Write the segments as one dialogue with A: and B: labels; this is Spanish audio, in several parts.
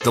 A: The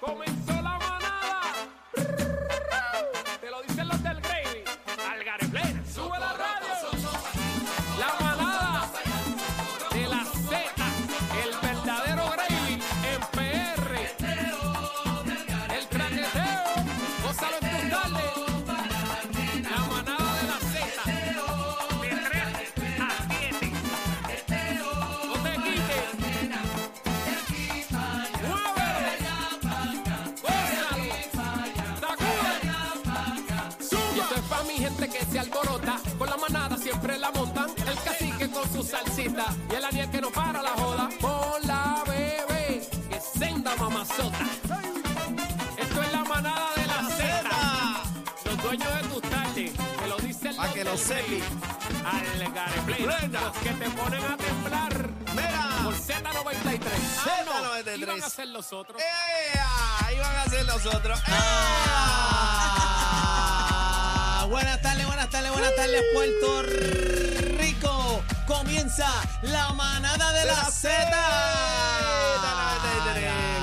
B: Comenzó la manada. Te lo dicen los del Gravy. Algarve, sube la radio. La manada de la Z. El verdadero Gravy en PR. El traqueteo. Gózalo en tus tardes. La manada de la Z. De 3 a 7. No te quites. Muévelo. Y esto es pa' mi gente que se alborota, con la manada siempre la montan, el cacique con su salsita, y el aniel que no para la joda, con la bebé, que senda mamazota. Esto es la manada de la Z, los dueños de tus tardes, que lo dicen
C: Pa' que lo sepi.
B: Algareplay, los que te ponen a temblar,
C: Mira.
B: por Z93, Ah, no,
C: Z93. Eh,
B: ¿qué van a hacer los otros?
C: ¡Ea! Ahí van a ser los otros. ¡Ea! Buenas tardes, buenas tardes, buenas tardes, Puerto Rico. Comienza la manada de la
D: Ay,
C: Z.
D: ay.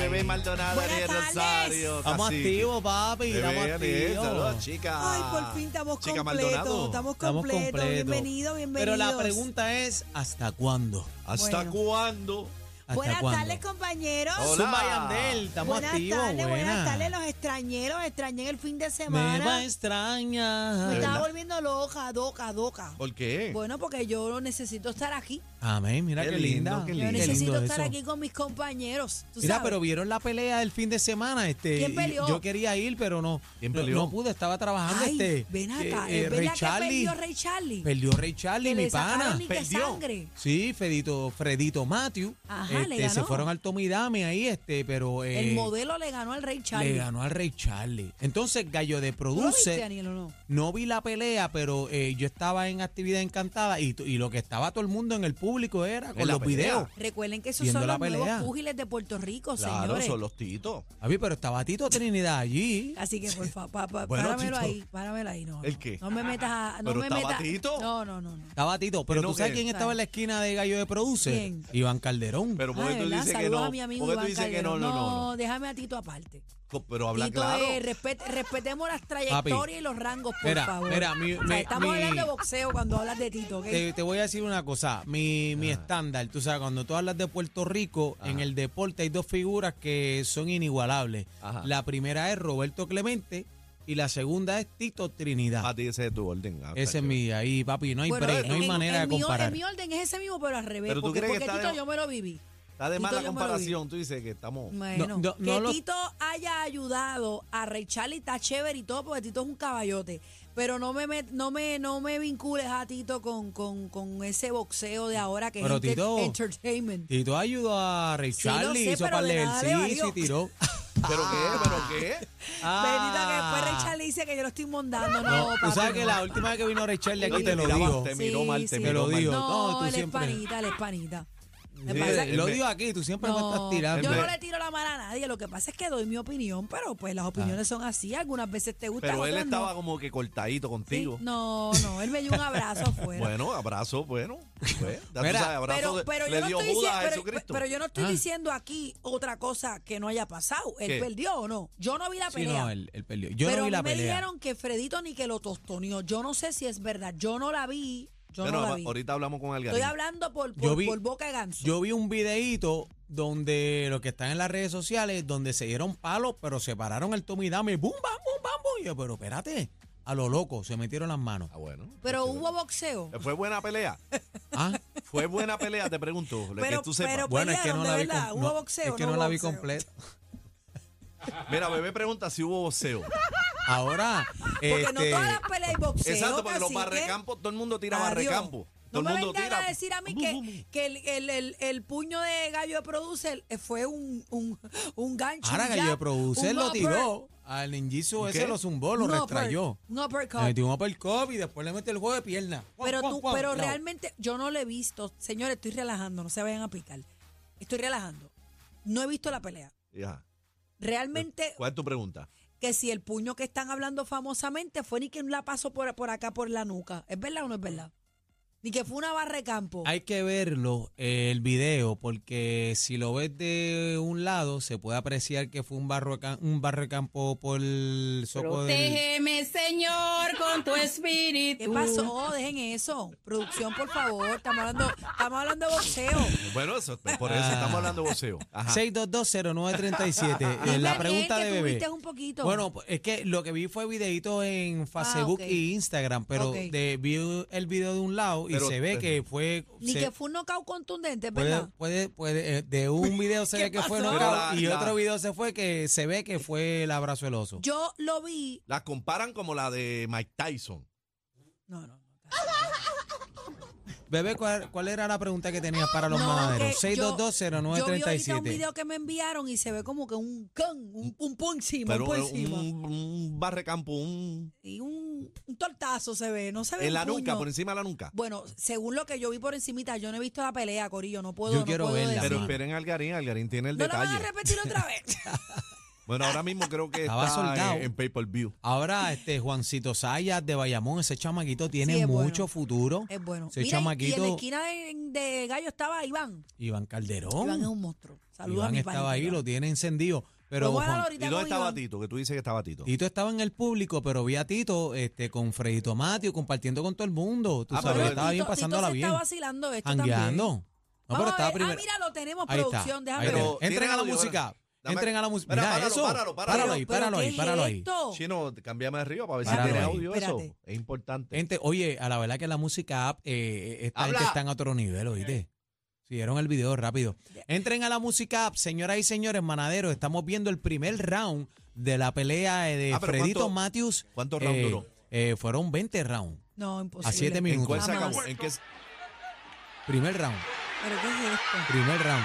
C: Bebé Maldonado,
D: Buenas
C: Ariel
D: tardes.
C: Rosario.
E: Estamos
C: Cacique.
E: activos, papi.
C: Bebé,
E: Estamos
C: Ariel,
E: activos.
C: Saludos, chicas.
D: Ay, por fin estamos
C: Ah, Chica
D: completos.
C: Maldonado.
D: Estamos
E: Estamos
D: completos.
E: completos.
D: Bienvenido, bienvenido.
E: Pero la pregunta es, ¿hasta cuándo?
C: ¿Hasta
D: Bueno.
C: cuándo?
E: ¿Hasta
D: Buenas
E: cuándo?
D: tardes, compañeros.
C: Hola.
E: Zumba Yandel, estamos
D: buenas
E: activos.
D: tardes,
E: buena.
D: buenas tardes. Los extrañé, los extrañé en el fin de
E: Me va
D: semana.
E: a
D: Me
E: extrañar.
D: estaba volviendo loca, doca, doca.
C: ¿Por qué?
D: Bueno, porque yo necesito estar aquí.
E: Amén, mira
C: Qué
E: qué,
C: lindo,
E: linda.
C: qué
D: Yo
C: lindo.
E: Qué
D: necesito
E: lindo
D: estar
E: eso.
D: aquí con mis compañeros. ¿tú
E: Mira,
D: sabes?
E: pero vieron la pelea del fin de semana. Este,
D: ¿Quién
E: y
D: peleó?
E: Yo quería ir, pero no,
C: ¿Quién
E: no,
C: peleó?
E: no pude, estaba trabajando
D: Ay,
E: este.
D: ven
E: eh,
D: acá.
E: eh,
D: ven
E: Ray
D: acá,
E: Charlie.
D: perdió Rey Charlie.
E: Perdió Ray Charlie,
D: Que
E: mi
D: le sacaron
E: pana.
D: ni que sangre.
E: Sí, Fredito, Fredito Matthew.
D: Ajá, le
E: este, se
D: ganó.
E: fueron al Tommy Dame ahí, este, pero eh,
D: El modelo le ganó al Rey Charlie.
E: le ganó al Rey Charlie. Entonces Gallo de
D: ¿Tú lo viste,
E: Produce,
D: Daniel, o no?
E: no vi la pelea, pero eh, yo estaba en actividad encantada y, t- y lo que estaba todo el mundo en el público era
C: En
E: con
C: la
E: los
C: pelea.
E: videos.
D: Recuerden que esos
E: Viendo
D: son
E: la
D: los nuevos
E: pelea.
D: púgiles de Puerto Rico,
C: Claro,
D: señores.
C: son los titos.
E: A mí, pero estaba Tito Trinidad allí.
D: Así que, por favor,
C: Bueno,
D: páramelo
C: Tito.
D: ahí, páramelo ahí. No,
C: ¿El
D: no.
C: qué?
D: No me metas a... No
C: Pero
D: me
C: estaba
D: metas,
C: Tito.
D: No, no, no. no.
E: Estaba Tito, pero
C: ¿No
E: tú sabes
C: qué?
E: quién estaba en la esquina de Gallo de Produce.
D: ¿Quién?
E: Iván Calderón.
C: Pero ¿por
D: Ah,
C: qué
D: de
C: tú
D: verdad,
C: dices que
D: saluda
C: no?
D: a mi amigo
C: ¿Por qué tú
D: Iván
C: dices que no? No,
D: Calderón.
C: no, no.
D: déjame a Tito aparte.
C: Co- Pero habla
D: Tito,
C: claro.
D: eh, respet- respetemos las trayectorias y los rangos, por
E: mira,
D: favor.
E: mira, mi-
D: O sea,
E: me-
D: estamos
E: mi-
D: hablando de boxeo cuando hablas de Tito, ¿ok?
C: Eh,
E: Eh, Te, te voy a decir una cosa, mi,
C: Ah.
E: mi estándar, tú sabes, cuando tú hablas de Puerto Rico, en el deporte hay dos figuras que son inigualables.
C: Ajá.
E: La primera es Roberto Clemente y la segunda es Tito Trinidad.
C: A ti ese es tu orden. Ah,
E: Ese
C: está
E: es mi, ahí papi, no hay
D: Bueno,
E: break,
D: en-
E: no hay
D: en-
E: manera
D: en
E: de
D: mi-
E: comparar.
D: en mi orden es ese mismo, pero al revés.
C: Pero tú
D: porque
C: crees que
D: porque
C: está
D: Tito
C: de-
D: yo me lo viví.
C: Está de
D: Tito,
C: mala
D: yo me lo vi.
C: comparación. Tú dices que estamos.
D: Bueno,
E: No, no,
D: que
E: no lo-
D: Tito haya ayudado a Ray Charlie está chévere y todo, porque Tito es un caballote. Pero no me, met- no me, no me vincules a Tito con, con, con ese boxeo de ahora que
E: Pero
D: es enter-
E: Tito-
D: entertainment.
E: Tito ayudó a Ray
D: Sí, lo
E: Charlie,
D: sé,
E: hizo
D: pero
E: para
D: de nada le
E: ejercicio y
D: valió.
E: tiró.
C: ¿Pero
D: Ah.
C: qué? ¿Pero qué?
D: Bendito que
E: Ah.
D: después Ray Charlie dice que yo lo estoy
E: No,
D: mondando. No,
E: tú
D: papi,
E: sabes que
D: no.
E: la última vez que vino Ray Charlie
C: No,
E: aquí
C: te
E: te lo
C: miraba,
E: digo.
C: te miró mal, te
E: miró mal.
D: No,
E: No, tú
D: él
E: siempre-
D: es panita, él es panita. Me
E: Sí,
D: pasa-
C: él-
E: lo
C: me-
E: digo aquí, tú siempre me estás
D: No,
E: tirando.
D: yo no
C: Siempre.
D: le tiro la mano a nadie, lo que pasa es que doy mi opinión, pero pues
E: Ah.
D: las opiniones son así, algunas veces te gustan,
C: Pero él
D: otras no.
C: estaba como que cortadito
D: Sí,
C: contigo.
D: No, no, él me dio un abrazo afuera.
C: Bueno, abrazo, bueno. Pues, ya tú
E: Mira,
C: sabes, abrazo
D: pero,
C: de-
D: pero
C: le
D: yo
C: dio
D: no estoy
C: Judas
D: diciendo,
C: a
D: pero-
C: Jesucristo.
D: pero yo no estoy
E: Ah.
D: diciendo aquí otra cosa que no haya pasado. Él
C: ¿Qué?
D: perdió o no. Yo no vi la
E: Sí,
D: pelea.
E: no, él, él perdió. Yo
D: pero
E: no vi
D: a mí
E: la
D: me
E: pelea.
D: dijeron que Fredito ni que lo tostoneó. Yo no sé si es verdad. Yo no la vi. Yo
C: Bueno,
D: no la
C: ama-
D: vi.
C: ahorita hablamos con
D: Estoy
C: Algarín.
D: hablando por,
E: Yo
D: por-
E: vi-
D: por boca de ganso.
E: Yo vi un videíto donde los que están en las redes sociales, donde se dieron palos, pero separaron el Tommy Dame, ¡bum, bam, bum, bam, bum! Y yo, pero espérate, a lo loco, se metieron las manos.
C: Ah, bueno.
D: pero
C: Porque-
D: hubo boxeo.
C: ¿Fue buena pelea?
E: ¿Ah?
C: ¿Fue buena pelea? Te pregunto. lo
D: Pero-
C: que tú sepas.
D: pero-
E: Bueno, es que
D: pelearon,
E: no
D: de
E: la vi
D: verdad,
E: com-
D: hubo
E: no,
D: boxeo,
E: Es que
D: no
E: no,
D: hubo
E: la vi
D: boxeo.
E: completa.
C: Mira, bebé pregunta si hubo boxeo.
D: Ah,
E: Ahora,
D: Porque no
E: este,
D: todas las peleas hay boxeo.
C: Eh, Exacto, porque los
D: cacique.
C: barrecampos, todo el mundo tira
D: Adiós.
C: barrecampo.
D: No
F: Todo
D: me
F: el mundo
D: vengan
F: tira.
D: a decir a mí
C: Uh,
F: Bum, bum,
D: que,
F: bum.
D: que el, el- el- el puño de Gallo de Producer eh, fue un, un, un gancho.
E: Ahora
D: un
E: Gallo de
D: jab,
E: Producer
D: un
E: lo
D: upper,
E: tiró. Al ninjitsu
F: ¿Un
E: ese
F: qué?
E: lo zumbó, lo
D: un upper,
E: restrayó.
D: un uppercut.
E: Le metió un uppercut y después le mete el juego de pierna. Guau,
D: Pero,
E: guau,
D: tú,
E: guau.
D: pero
E: No.
D: realmente yo no lo he visto. Señores, estoy relajando, no se vayan a aplicar. Estoy relajando. No he visto la pelea.
C: uh.
F: Ya.
D: Realmente
F: ¿Cuál es tu pregunta?
D: que si el puño que están hablando famosamente fue ni que un lapazo por, por acá, por la nuca. ¿Es verdad o no es verdad? Ni que fue una barra de campo.
E: Hay que verlo, eh, el video, porque si lo ves de un lado, se puede apreciar que fue un barro de cam- un barro de campo por el soco del...
G: Protégeme, Señor, con tu espíritu.
D: ¿Qué pasó? Dejen eso. Producción, por favor. Estamos hablando, estamos hablando de boxeo.
F: Bueno, eso,
C: pues,
F: por eso
E: Ah.
F: estamos hablando de voceo. Ajá.
E: 6220937. eh, la
D: Dime,
E: pregunta
D: Ken, que
E: de
D: tuviste
E: bebé.
D: un poquito.
E: Bueno, pues, es que lo que vi fue videitos en Facebook
D: Ah, ok.
E: y Instagram, pero
D: Ok.
E: de- vi el video de un lado y
F: Pero-
E: se ve que fue...
D: Ni
E: se-
D: que fue un knockout contundente, es
E: Puede,
D: ¿verdad?
E: puede, puede, eh, de un video se ve que fue
D: pasó?
E: knockout
F: Pero
E: y
F: la- la-
E: otro video se fue que se ve que fue el abrazo del oso.
D: Yo lo vi.
F: Las comparan como la de Mike Tyson.
D: No, no.
E: Bebé, ¿cuál, cuál era la pregunta que tenías para
D: No,
E: los manaderos?
D: que yo- Yo vi ahorita un
E: 6220937.
D: video que me enviaron y se ve como que un can, un, un pum encima,
F: Pero
D: un pum
C: eh,
F: un,
D: encima.
F: un barrecampo, un,
D: Y un, un tortazo se ve, no se ve
F: en
D: un
F: la
D: puño.
F: nuca, por encima de la nuca.
D: Bueno, según lo que yo vi por encimita, yo no he visto la pelea, Corillo, no puedo,
E: Yo
D: no
E: quiero
D: puedo
E: verla,
D: decir.
F: Pero
E: mano.
F: esperen al Garín, Algarín tiene el
D: No la van a
F: detalle.
D: repetir otra vez.
F: Bueno, ahora mismo creo que
E: Estaba
F: está
E: soldado.
F: en, en pay-per-view.
E: Ahora, este Juancito Sayas de Bayamón, ese chamaquito tiene
D: Sí, es
E: mucho
D: bueno.
E: futuro.
D: es Eh, bueno.
E: Ese
D: Mira, y- y en
E: chamaquito,
D: la esquina de, de Gallo estaba Iván.
E: Iván Calderón.
D: Iván es
E: Iván,
D: un monstruo. Saludos a mi
E: estaba ahí, lo tiene encendido. Pero
D: Vamos a
E: Juan-
D: hablar
F: ¿Y
D: ahorita
F: dónde
D: con
F: estaba
D: Iván.
F: Tito? Que tú dices que estaba Tito.
E: Tito estaba en el público, pero vi a Tito este, con Freddy Tomatio compartiendo con todo el mundo. Tú
F: Ah,
E: sabes,
F: pero
E: estaba
D: Tito-
E: bien
D: Tito
E: pasándola
D: se
E: bien.
D: está vacilando esto
E: Jangueando.
D: también.
E: No,
D: Vamos
E: pero
D: a
E: estaba
D: ver.
E: primero.
D: Ah, mira, lo tenemos,
E: Ahí está,
D: producción.
E: ahí
D: Déjame
E: está.
F: Pero-
D: ver.
E: Entren a la
F: Tiene audio,
E: música.
F: dame-
E: Entren a la música.
F: Espera,
E: Mira
F: páralo,
E: eso.
F: páralo, páralo.
E: Páralo ahí,
D: Pero,
E: páralo
D: ¿qué
E: ahí,
D: es
E: páralo ahí.
D: esto?
F: Chino, cambiame de río para ver si
E: Páralo
F: tiene
E: ahí.
F: audio eso.
D: Espérate.
F: Es importante.
E: Gente, oye, a la verdad que la música app, eh, esta
F: Habla.
E: gente está en otro nivel, oíste.
D: Eh.
E: Siguieron el video rápido. Entren a la música app, señoras y señores, manaderos. Estamos viendo el primer round de la pelea eh, de
F: Ah, pero
E: Fredito
F: ¿cuánto-
E: Matthews.
F: cuántos rounds duró?
E: eh, fueron 20 rounds.
D: No, imposible.
E: A 7
F: ¿En
E: minutos.
F: cuál se acabó?
D: Jamás.
F: ¿En qué se-
E: Primer round,
D: ¿Pero qué es esto?
E: primer round.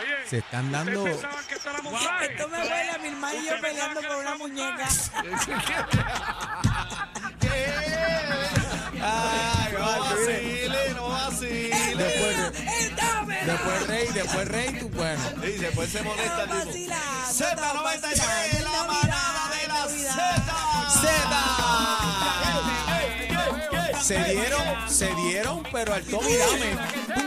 B: Oye,
E: Se están
B: ¿ustedes
E: dando...
B: pensaban que esto era montaje?
D: Esto me huele a mi hermano y yo
B: ¿Ustedes pensaban
D: peleando
B: que
D: por
B: era
D: una
B: montaje?
D: muñeca.
E: Ay,
F: No
E: va, tú eres-
F: vacile, no vacile.
E: Después,
D: ¡Eh, dámelo!
E: después rey, después rey, tú bueno.
F: Y después pues se molesta
D: Estamos
F: el tipo.
D: vacilando, estamos
F: Z93,
D: vacilando.
F: la
D: Navidad,
F: manada de la
D: Navidad.
E: Z. Se dieron, se dieron, pero al Tommy Dame.